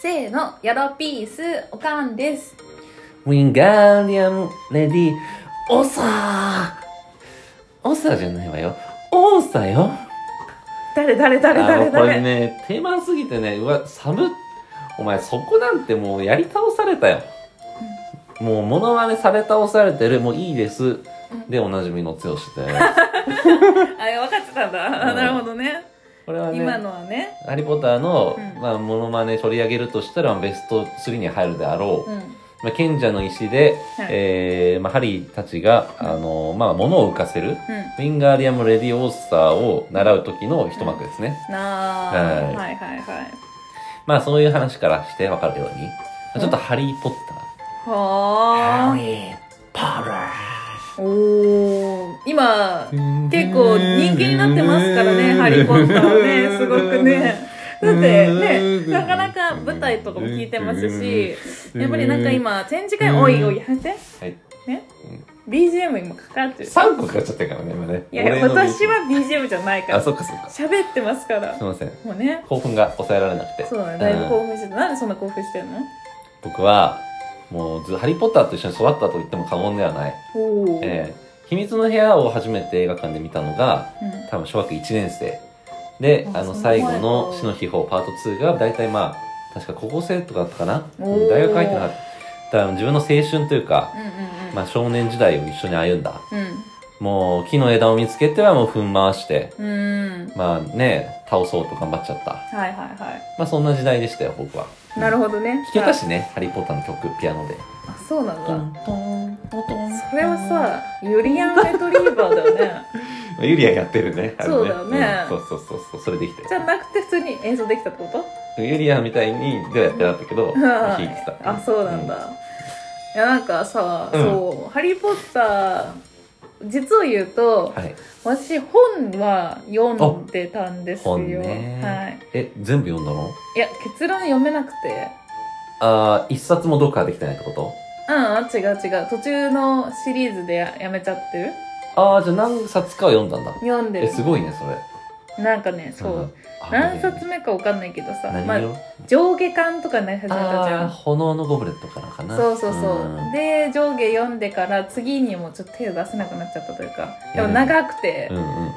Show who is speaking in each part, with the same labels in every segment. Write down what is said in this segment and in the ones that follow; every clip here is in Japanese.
Speaker 1: せーの、ヤロピース、おかんです。
Speaker 2: ウィンガーディアム・レディ・オーサーオーサーじゃないわよ。オーサーよ。
Speaker 1: 誰誰誰
Speaker 2: あ
Speaker 1: 誰
Speaker 2: のこれ
Speaker 1: 誰
Speaker 2: ね、定番すぎてね、うわ、寒っ。お前、そこなんてもうやり倒されたよ。もう、モノマネされ倒されてる、もういいです。で、おなじみの剛 だよ。
Speaker 1: あ、分かってたんだ。
Speaker 2: うん
Speaker 1: なるほどね。
Speaker 2: これは
Speaker 1: 今
Speaker 2: ね、
Speaker 1: のはね。
Speaker 2: ハリーポッターの、
Speaker 1: うん
Speaker 2: まあ、モノマネ取り上げるとしたら、ベスト3に入るであろう。
Speaker 1: うん。
Speaker 2: まあ、賢者の石で、
Speaker 1: はい
Speaker 2: えーまあ、ハリーたちが、あのまあ、物を浮かせる、
Speaker 1: うん。
Speaker 2: ウィンガーディアム・レディ・オースターを習う時の一幕ですね。
Speaker 1: なあ、
Speaker 2: はい
Speaker 1: はいはいはい。
Speaker 2: まあ、そういう話からしてわかるように、まあちょっとハリー・ポッター。
Speaker 1: はあ。
Speaker 2: リー・ポッタ
Speaker 1: おー。今、
Speaker 2: ー
Speaker 1: 結構人気になってますからね、ハリー・ポッターは ね、すごくね。だってね、なかなか舞台とかも聞いてますし、やっぱりなんか。今、展示会、おいおい、やめて。
Speaker 2: はい。
Speaker 1: ね BGM 今かかってる。
Speaker 2: 3個かかっちゃったからね、今ね。
Speaker 1: いや、
Speaker 2: 俺の
Speaker 1: 私は BGM じゃないか
Speaker 2: あ、
Speaker 1: ら。
Speaker 2: そっかそっか。す
Speaker 1: 喋ってますから
Speaker 2: い。ません。
Speaker 1: もうね。
Speaker 2: 興奮が抑えられなくて。
Speaker 1: そうだね、だいぶ
Speaker 2: うん
Speaker 1: 興奮してた。なんでそんな興奮してんの
Speaker 2: 僕は、もうず、ハリー・ポッターと一緒に育ったと言っても過言ではない。
Speaker 1: おお。
Speaker 2: えー秘密の部屋を初めて映画館で見たのが
Speaker 1: うん
Speaker 2: 多分小学1年生で
Speaker 1: あ
Speaker 2: あの
Speaker 1: そんな前
Speaker 2: 最
Speaker 1: か
Speaker 2: 後の「死の秘宝」パート2が大体まあ確か高校生とかだったかな
Speaker 1: おー
Speaker 2: 大学入ってなかっただから自分の青春というか、
Speaker 1: うんうんうん。
Speaker 2: まあ、少年時代を一緒に歩んだ
Speaker 1: うん。
Speaker 2: もう木の枝を見つけてはもう踏ん回して
Speaker 1: うーん。
Speaker 2: まあね倒そうと頑張っちゃった
Speaker 1: はいはいは。
Speaker 2: まあそんな時代でしたよ僕はい
Speaker 1: なるほどね。
Speaker 2: 弾けたしね「ハリー・ポッター」の曲ピアノで
Speaker 1: あ、そうなん
Speaker 2: ト
Speaker 1: だ。
Speaker 2: ントントントン
Speaker 1: それはさ、ユリアンレトリーバーだよ ね。
Speaker 2: ユリアやってるね。あれ
Speaker 1: そうだよね
Speaker 2: うんそうそうそうそう、それできて
Speaker 1: じゃなくて普通に演奏できたってこと
Speaker 2: ユリアみたいにではやってなかった けど、弾いてた。
Speaker 1: あ、そうなんだ。いや、なんかさ、
Speaker 2: うん
Speaker 1: そう、ハリー・ポッター、実を言う
Speaker 2: う
Speaker 1: と
Speaker 2: ん。、はい。
Speaker 1: 私本は読んでたんですよ。
Speaker 2: 本ね。
Speaker 1: はい。
Speaker 2: え、全部読んだの
Speaker 1: いや、結論読めなくて。
Speaker 2: あー、一冊も読破できてないってこ
Speaker 1: うん、違う違う。途中のシリーズでややめちゃってる
Speaker 2: とあー、じゃあ何冊かは読んだんだ。
Speaker 1: 読んで
Speaker 2: え、
Speaker 1: る。
Speaker 2: すごいね、それ。
Speaker 1: なんかね、そう。
Speaker 2: ん。あ
Speaker 1: 何冊目かわかんないけどさ、
Speaker 2: 何
Speaker 1: まあ、
Speaker 2: よ、
Speaker 1: 上下巻とかになり始め
Speaker 2: あ
Speaker 1: たじゃ
Speaker 2: ー
Speaker 1: ん。
Speaker 2: 炎のゴブレットからかな。
Speaker 1: そうそうそうう。
Speaker 2: ん
Speaker 1: で、上下読んでから次にもちょっと手を出せなくなっちゃったというか、
Speaker 2: い
Speaker 1: で
Speaker 2: や
Speaker 1: も長くて、
Speaker 2: うんうんうん。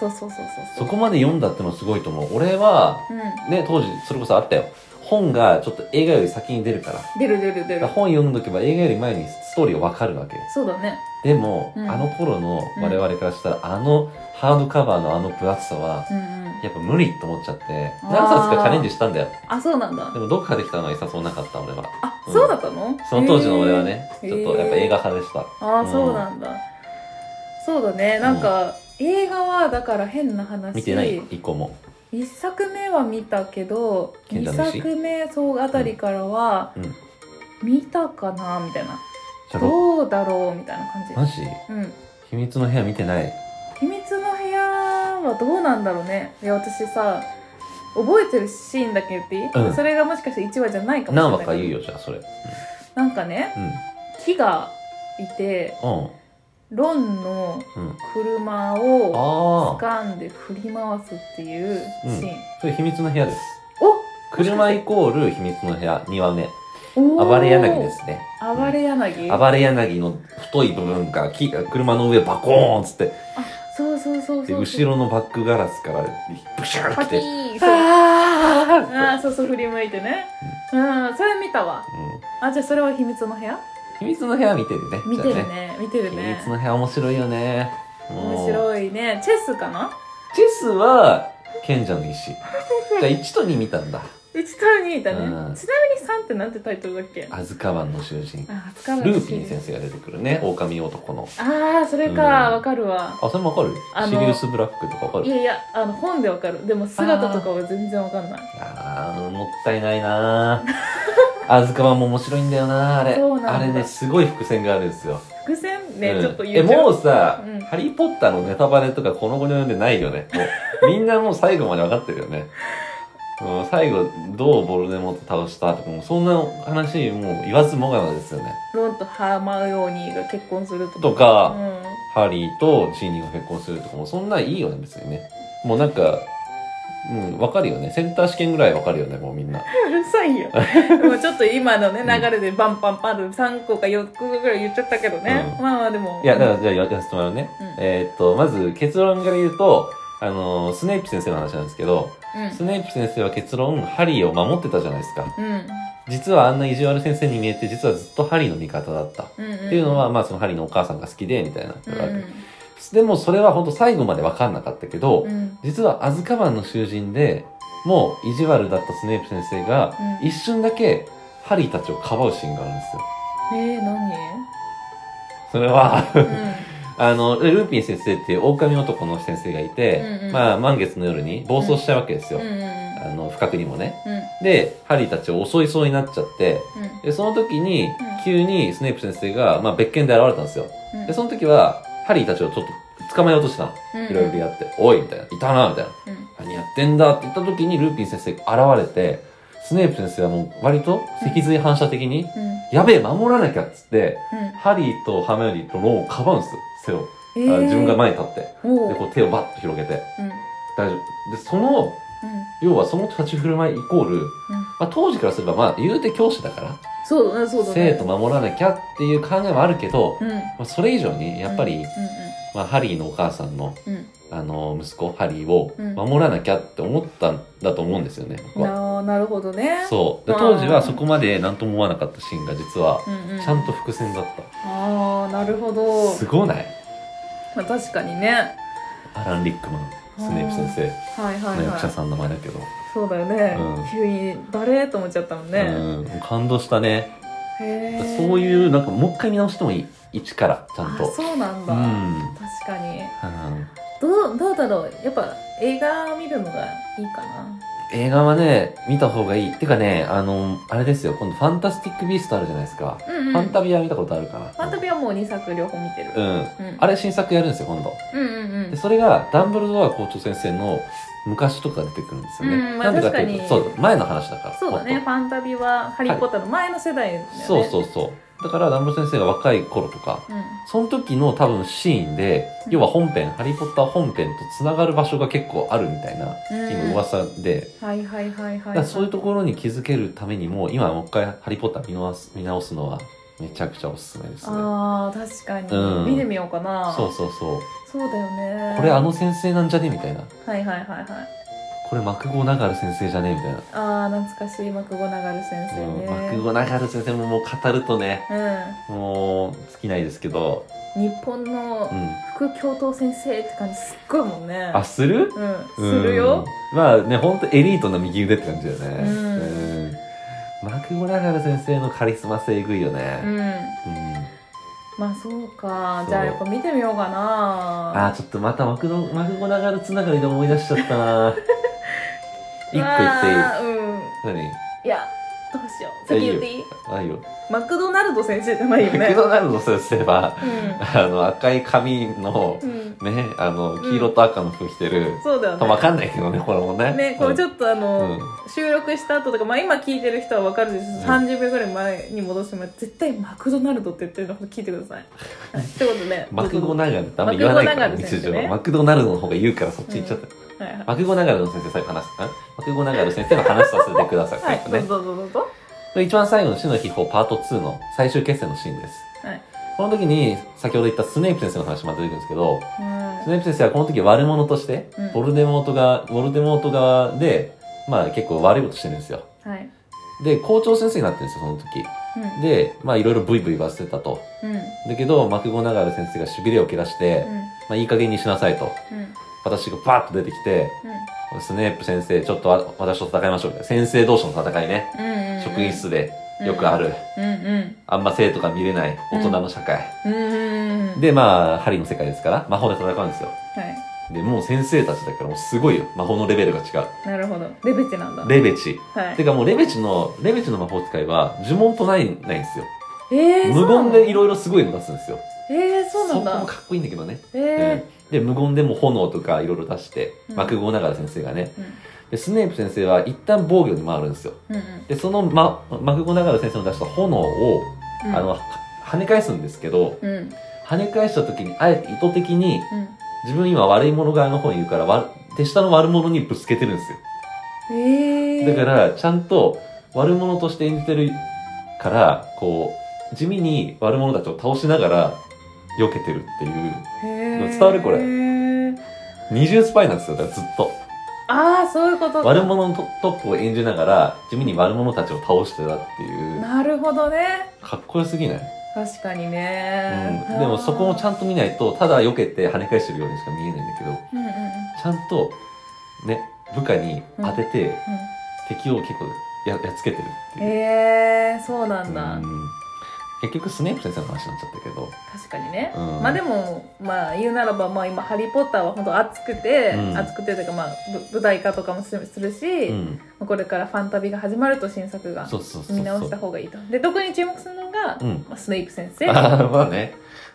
Speaker 1: そうそうそうそう
Speaker 2: そこまで読んだってのはすごいと思う。俺は、
Speaker 1: う。う
Speaker 2: ね、当時、それこそあったよ。本がちょっと映画より先に出るから。
Speaker 1: ん。出る出る出
Speaker 2: だから
Speaker 1: る。
Speaker 2: 本読んどけば映画より前にストーリーわかるわけよ。
Speaker 1: そうだね。
Speaker 2: でも、
Speaker 1: うん
Speaker 2: あの頃の
Speaker 1: うん
Speaker 2: 我々からしたら、あのハードカバーのあの分厚さは、
Speaker 1: うんうん。
Speaker 2: やっぱ無理と思っちゃって、
Speaker 1: あー
Speaker 2: 何冊かチャレンジしたんだよ。
Speaker 1: あ、そうなんだ
Speaker 2: で。もどっかできたのは一冊もなかった、俺は。
Speaker 1: あ、
Speaker 2: うん
Speaker 1: そうだったの
Speaker 2: その当時の俺はね、
Speaker 1: へ
Speaker 2: ち
Speaker 1: ー
Speaker 2: ょっとやっぱ映画派でした。
Speaker 1: あ
Speaker 2: う
Speaker 1: ー
Speaker 2: ん
Speaker 1: そうなんだ。そうだね。なんか、映画はだから変な話。
Speaker 2: 見てない、一個も。
Speaker 1: 一作目は見たけど
Speaker 2: 賢
Speaker 1: 二
Speaker 2: 者の石
Speaker 1: 作目そうあたりからは、
Speaker 2: うん
Speaker 1: 見たかなみたいな
Speaker 2: じゃあ、ろ
Speaker 1: どうだろうみたいな感じ
Speaker 2: マジ
Speaker 1: うん
Speaker 2: 秘密の部屋見てない。
Speaker 1: 秘密の部屋はどうなんだろうねいや私さ覚えてるシーンだけ言っていい、
Speaker 2: うん
Speaker 1: それがもしかして1話じゃないかもしれない
Speaker 2: 何話か言うよ、じゃあ、それ。
Speaker 1: なんかね
Speaker 2: うん。
Speaker 1: 木がいて
Speaker 2: うん。
Speaker 1: ロンの
Speaker 2: うん。
Speaker 1: 車を
Speaker 2: ああ。
Speaker 1: 掴んで振り回すっていうシーン、
Speaker 2: それ秘密の部屋です。
Speaker 1: もしかして
Speaker 2: 車イコール秘密の部屋、2話目。
Speaker 1: お
Speaker 2: 暴れ柳
Speaker 1: す
Speaker 2: ですね。
Speaker 1: 暴れ柳
Speaker 2: 暴れ柳の太い部分が木が車の上バコーンっつって
Speaker 1: あそうそうそう
Speaker 2: で
Speaker 1: そう
Speaker 2: 後ろのバックガラスからブシャー
Speaker 1: パ
Speaker 2: っ
Speaker 1: キ
Speaker 2: て
Speaker 1: ーンそうあ
Speaker 2: あ
Speaker 1: ーそうそう振り向いてねうんそれ見たわ
Speaker 2: ー、うん
Speaker 1: あじゃあそれは秘密の部屋
Speaker 2: 秘密の部屋見てるね
Speaker 1: 見てる
Speaker 2: じゃあ
Speaker 1: ね見てる
Speaker 2: 秘
Speaker 1: ね
Speaker 2: 密の部屋面白いよねもう
Speaker 1: 面白いねチェスかな
Speaker 2: チェスは賢者の 石じゃあ1と2見たんだ
Speaker 1: 1と2だね
Speaker 2: うん
Speaker 1: ちなみに3ってなんてタイトルだっけあ
Speaker 2: アズカバンの囚人
Speaker 1: 使う
Speaker 2: ルーピン先生が出てくるね狼男の
Speaker 1: ああそれか
Speaker 2: うん
Speaker 1: わかるわ
Speaker 2: あそれもわかる
Speaker 1: あの
Speaker 2: シリウスブラックとかわか
Speaker 1: い
Speaker 2: る
Speaker 1: やいやあの本でわかるでも姿とかは全然わかんない
Speaker 2: あーもったいないな ーアズカバンも面白いんだよなあれ
Speaker 1: そうなんだ
Speaker 2: あれねすごい伏線があるんですよ
Speaker 1: 伏線ね
Speaker 2: うん
Speaker 1: ちょっと言
Speaker 2: え
Speaker 1: うちゃ
Speaker 2: も
Speaker 1: う
Speaker 2: うさ、
Speaker 1: うん
Speaker 2: ハリー・ポッターのネタバレとかこの後に読んでないよねもう みんなもう最後まで分かってるよね、うん、最後どうボルデモート倒したとかもうそんな話もう言わずもがなですよね
Speaker 1: ロンとハーマイオニーが結婚するとか
Speaker 2: とか
Speaker 1: うん
Speaker 2: ハリーとジーニーが結婚するとかもうそんなんいいよね別にねもうなんかもうわかるよね。センター試験ぐらいわかるよね、もうみんな。
Speaker 1: うるさ いよ。もうちょっと今のね、流れでバンバンバンと3個か4個ぐらい言っちゃったけどね。
Speaker 2: う
Speaker 1: まあまあでも。
Speaker 2: いや、だからじゃあややらせてもらうね。
Speaker 1: うん
Speaker 2: えーっと、まず結論から言うと、あのースネイプ先生の話なんですけど、ス
Speaker 1: う
Speaker 2: ネイプ先生は結論、ハリーを守ってたじゃないですか。
Speaker 1: ん。うん。
Speaker 2: 実はあんな意地悪先生に見えて、実はずっとハリーの味方だった。
Speaker 1: うんん。
Speaker 2: っていうのは、まあそのハリーのお母さんが好きで、みたいなこ
Speaker 1: う
Speaker 2: と
Speaker 1: ん、
Speaker 2: がある。でもそれは本当最後まで分かんなかったけど、
Speaker 1: うん。うん。
Speaker 2: 実はアズカバンの囚人でもう意地悪だったスネープ先生が、
Speaker 1: うん
Speaker 2: 一瞬だけハリーたちをかばうシーンがあるんですよ。
Speaker 1: えー、何
Speaker 2: それは、
Speaker 1: うん。
Speaker 2: あの、ルーピン先生っていう狼男の先生がいて、
Speaker 1: うんうん
Speaker 2: まあ満月の夜に暴走しちゃうわけですよ。
Speaker 1: うん。うん
Speaker 2: あの、不覚にもね。
Speaker 1: うん。
Speaker 2: で、ハリーたちを襲いそうになっちゃって、
Speaker 1: うん
Speaker 2: で、その時に
Speaker 1: ん
Speaker 2: 急にスネープ先生が、まあ別件で現れたんですよ。
Speaker 1: うん。
Speaker 2: で、その時は、ハリーたちをちょっと捕まえようとしたの。いろいろやって、おいみたいな、いたなみたいな。
Speaker 1: うん。
Speaker 2: 何やってんだって言った時にルーピン先生が現れて、スネープ先生はもう割と脊髄反射的に、
Speaker 1: うん。
Speaker 2: やべえ、守らなきゃっつって、
Speaker 1: うん。
Speaker 2: ハリーとハーメアリーとロンをかばうんですよ、背
Speaker 1: え
Speaker 2: を。あ
Speaker 1: ー、
Speaker 2: 自分が前に立って。
Speaker 1: おう
Speaker 2: で、こう手をバッと広げて、
Speaker 1: うんうん
Speaker 2: 大丈夫。で、その、要はその立ち振る舞いイコール、
Speaker 1: うん
Speaker 2: まあ当時からすれば、まあ言うて教師だから、
Speaker 1: そうだねそうだね
Speaker 2: 生徒守らなきゃっていう考えもあるけど、
Speaker 1: うん
Speaker 2: まあそれ以上に、やっぱり、まあハリーのお母さんの、
Speaker 1: うんうん
Speaker 2: あの、息子、ハリーを
Speaker 1: うん
Speaker 2: 守らなきゃって思ったんだと思うんですよね、
Speaker 1: うん
Speaker 2: 僕は。
Speaker 1: なあなるほどね
Speaker 2: そう。で
Speaker 1: まあ
Speaker 2: 当時はそこまで何とも思わなかったシーンが実は、
Speaker 1: うんうん
Speaker 2: ちゃんと伏線だった。
Speaker 1: ああなるほど、
Speaker 2: すごない
Speaker 1: まあ、確かにね
Speaker 2: アラン・リックマン、スネープ先
Speaker 1: はい
Speaker 2: 生
Speaker 1: はい
Speaker 2: の
Speaker 1: は
Speaker 2: 役者
Speaker 1: い
Speaker 2: さんの名前だけど。
Speaker 1: そうだよね、
Speaker 2: うん
Speaker 1: 急に誰と思っちゃったもんね、
Speaker 2: うん。感動したね。
Speaker 1: へえ
Speaker 2: そういう、
Speaker 1: う
Speaker 2: なんかもう一回見直してもいい。一から、ちゃんと。
Speaker 1: そうなん
Speaker 2: う
Speaker 1: だ、
Speaker 2: ん。
Speaker 1: 確かに
Speaker 2: うん
Speaker 1: どうどうだろうやっぱ映画見るのがいいかな
Speaker 2: 映画はね、見た方がいい。てかね、あの、あれですよ、今度ファンタスティック・ビーストあるじゃないですか。
Speaker 1: うん、うん、
Speaker 2: ファンタ
Speaker 1: フ
Speaker 2: ビア見たことあるかな
Speaker 1: ァンタビはもう2作両方見てる、
Speaker 2: うん。
Speaker 1: うん
Speaker 2: あれ新作やるんですよ、今度。
Speaker 1: うんうんうん
Speaker 2: でそれがダンブルドア校長先生の昔とか出てくるんですよね。
Speaker 1: うんまあ
Speaker 2: なんでかっていう
Speaker 1: 確
Speaker 2: と
Speaker 1: かに
Speaker 2: そう前の話だから。
Speaker 1: そうだね、
Speaker 2: もっ
Speaker 1: ファンタビは、ハリー・ポッターの前の世代だよね。
Speaker 2: とそうそうそう。だからダンブル先生が若い頃とか、
Speaker 1: うん。
Speaker 2: その時の多分シーンで、
Speaker 1: うん
Speaker 2: 要は本編、ハリー・ポッター本編と繋がる場所が結構あるみたいな、
Speaker 1: うん
Speaker 2: 今噂で、
Speaker 1: はいはいはい
Speaker 2: だ
Speaker 1: は
Speaker 2: から
Speaker 1: い。
Speaker 2: そういうところに気づけるためにも、今もう一回ハリー・ポッター見直す見直すのはめちゃくちゃおすすめですね。
Speaker 1: ああ、確かに、
Speaker 2: うん
Speaker 1: 見てみようかな。
Speaker 2: そうそうそう。
Speaker 1: そうだよね。
Speaker 2: これあの先生なんじゃねみたいな。
Speaker 1: はいはいはいはい。
Speaker 2: これマクゴナガル先生じゃねみたいな。
Speaker 1: ああ、懐かしい、マクゴナガル先生
Speaker 2: うん
Speaker 1: ね。
Speaker 2: マクゴナガル先生ももう語るとね、
Speaker 1: う
Speaker 2: もう尽きないですけど、
Speaker 1: ん。日本の
Speaker 2: うん。
Speaker 1: 副教頭先生って感じ、すっごいもんね。
Speaker 2: あ、する
Speaker 1: うん、するよ。
Speaker 2: うんまあね、ほんとエリートの右腕って感じだよね。
Speaker 1: うん
Speaker 2: うんマクゴナガル先生のカリスマ性えぐいよ
Speaker 1: う
Speaker 2: ね。
Speaker 1: ん。
Speaker 2: うん。
Speaker 1: まあそうか。
Speaker 2: そう
Speaker 1: じゃあやっぱ見てみようかな。
Speaker 2: あー、ちょっとまたマクドマクゴナガルつながりで思い出しちゃっ たな一個言っていい
Speaker 1: あーうん。
Speaker 2: 何
Speaker 1: いや、どうしよう。先言っていい
Speaker 2: あいいよ。
Speaker 1: マクドナルド先生じゃないよ
Speaker 2: マク
Speaker 1: ね。
Speaker 2: ドナルド先生は、
Speaker 1: う
Speaker 2: あの、赤い髪の、
Speaker 1: ん。うん。
Speaker 2: ね、あの、黄色と赤の服着てる、
Speaker 1: そうだよ
Speaker 2: まあわ
Speaker 1: ね。
Speaker 2: かんないけどね、これもね。
Speaker 1: ね、これち
Speaker 2: っ
Speaker 1: ょっとあの、
Speaker 2: うん
Speaker 1: 収録した後とか、まあ今聞いてる人はわかるでしょ。30秒ぐらい前に戻してもらって、絶対マクドナルドって言ってるの聞いてください。はい、ってことで。
Speaker 2: マクゴナガルってあんま
Speaker 1: マ
Speaker 2: 言
Speaker 1: ク
Speaker 2: わ
Speaker 1: ゴ
Speaker 2: ない
Speaker 1: ナ
Speaker 2: か
Speaker 1: ガ
Speaker 2: ら、
Speaker 1: ル先生
Speaker 2: 日
Speaker 1: ね
Speaker 2: 常は。マクドナルドの方が言うからそっち行っちゃった。
Speaker 1: はいはい。
Speaker 2: マクゴナガルの先生最後話したんマクゴナガル先生の話させてください。
Speaker 1: はい、
Speaker 2: 最後
Speaker 1: どうぞど
Speaker 2: ね。
Speaker 1: うぞどうぞ。
Speaker 2: これ一番最後の死の秘宝パート2の最終決戦のシーンです。
Speaker 1: はい。
Speaker 2: この時に、先ほど言ったスネープ先生の話も出てくるんですけど、ス
Speaker 1: う
Speaker 2: ネープ先生はこの時悪者として
Speaker 1: うん、
Speaker 2: ボルデモートが、ボルデモート側で、まあ結構悪いことしてるんですよ。
Speaker 1: ん。はい。
Speaker 2: で、校長先生になってるんですよ、その時。で、まあいろいろブイブイ言わせてたと。
Speaker 1: うん。うん。うん。
Speaker 2: だけど、マクゴナガル先生が痺れを切らして、まあいい加減にしなさいと。
Speaker 1: うん。
Speaker 2: 私がバーッと出てきて、スネープ先生、ちょっとわ私と戦いましょうみたいな。先生同士の戦いね。
Speaker 1: うん。うん。うん
Speaker 2: 職員。室でよくある。
Speaker 1: うんうん。
Speaker 2: あんま生徒が見れない大人の社会。
Speaker 1: うんうんうん。
Speaker 2: で、まあ、針の世界ですから、魔法で戦うんですよ。
Speaker 1: はい。
Speaker 2: で、もう先生たちだからもうすごいよ。魔法のレベルが違う。
Speaker 1: なるほど。レベチなんだ。
Speaker 2: レベチ。
Speaker 1: はい
Speaker 2: て。かもうレベチの、レベチの魔法使いは呪文唱えないんですよ。
Speaker 1: えー、
Speaker 2: 無言でい
Speaker 1: 色
Speaker 2: ろいろすごいの出すんですよ。
Speaker 1: えー、そうなん
Speaker 2: そこも
Speaker 1: だ。
Speaker 2: かっこいいんだけどね。
Speaker 1: え
Speaker 2: うんで、無言でも炎とかいろいろ出して、
Speaker 1: うん
Speaker 2: マクゴナガル先生がね。
Speaker 1: ー。
Speaker 2: で、スネープ先生は一旦防御に回るんですよ。
Speaker 1: うん。うんうん。
Speaker 2: で、その、ま、マクゴナガル先生の出した炎を、
Speaker 1: うん
Speaker 2: あの、は跳ね返すんですけど、
Speaker 1: うん。
Speaker 2: 跳ね返した時に、あえて意図的に、
Speaker 1: うん。
Speaker 2: 自分今悪い者側の方にいるから、わ手下の悪者にぶつけてるんですよ。
Speaker 1: ええ
Speaker 2: だから、ちゃんと悪者として演じてるから、こう、地味に悪者たちを倒しながら、避けてるっていう、伝わるこれ二重スパイなんですよ、だからずっと。
Speaker 1: ああそういうことか
Speaker 2: 悪者のトトップを演じながら、地味に悪者たちを倒してたっていう、
Speaker 1: なるほどね
Speaker 2: かっこよすぎない
Speaker 1: 確かに
Speaker 2: う
Speaker 1: ね、
Speaker 2: ん。でもそこもちゃんと見ないと、ただ避けて跳ね返してるようにしか見えないんだけど、
Speaker 1: うんうんうんうん
Speaker 2: ちゃんと、ね、部下に当てて、敵を結構ややっつけてるっていう。
Speaker 1: ええそうなんだ、
Speaker 2: うん結局スネープ先生の話になっちゃったけど、
Speaker 1: 確かにね、
Speaker 2: うん
Speaker 1: まあでもまあ言うならばまあ今「ハリー・ポッター」は本当熱くて、
Speaker 2: うん
Speaker 1: 熱くてというかまあぶ舞台化とかもすするし、
Speaker 2: うん、
Speaker 1: これからファンタビが始まると新作が
Speaker 2: そうそうそうそう
Speaker 1: 見直した方がいいとで特に注目するのが、
Speaker 2: うん
Speaker 1: まあ、スネイプ先生あ
Speaker 2: あーまあね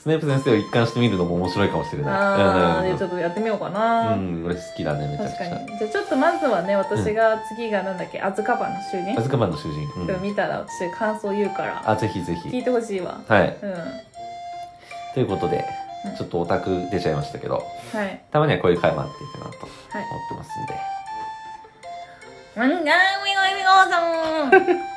Speaker 2: スネープ先生を一貫して見るのも面白いかもしれ
Speaker 1: あ
Speaker 2: な
Speaker 1: ー
Speaker 2: い
Speaker 1: でちょっとやってみようか
Speaker 2: う
Speaker 1: な、
Speaker 2: ん、うん、俺好きだねめちゃ
Speaker 1: 確
Speaker 2: くち
Speaker 1: か
Speaker 2: ゃ
Speaker 1: にじゃあちょっとまずはね私が次がなんだっけ「アズカバンの囚人
Speaker 2: アズカバンの囚人、」う
Speaker 1: を
Speaker 2: ん、
Speaker 1: 見たら私感想言うから
Speaker 2: あぜひぜひ
Speaker 1: 聞いてほしいわ
Speaker 2: はい
Speaker 1: うん
Speaker 2: ということで
Speaker 1: うん
Speaker 2: ちょっとオタク出ちゃいましたけど
Speaker 1: はい
Speaker 2: たまにはこういう回もあっていいかなと思って
Speaker 1: はい
Speaker 2: ます
Speaker 1: 漫画
Speaker 2: んで、
Speaker 1: みの意味がさん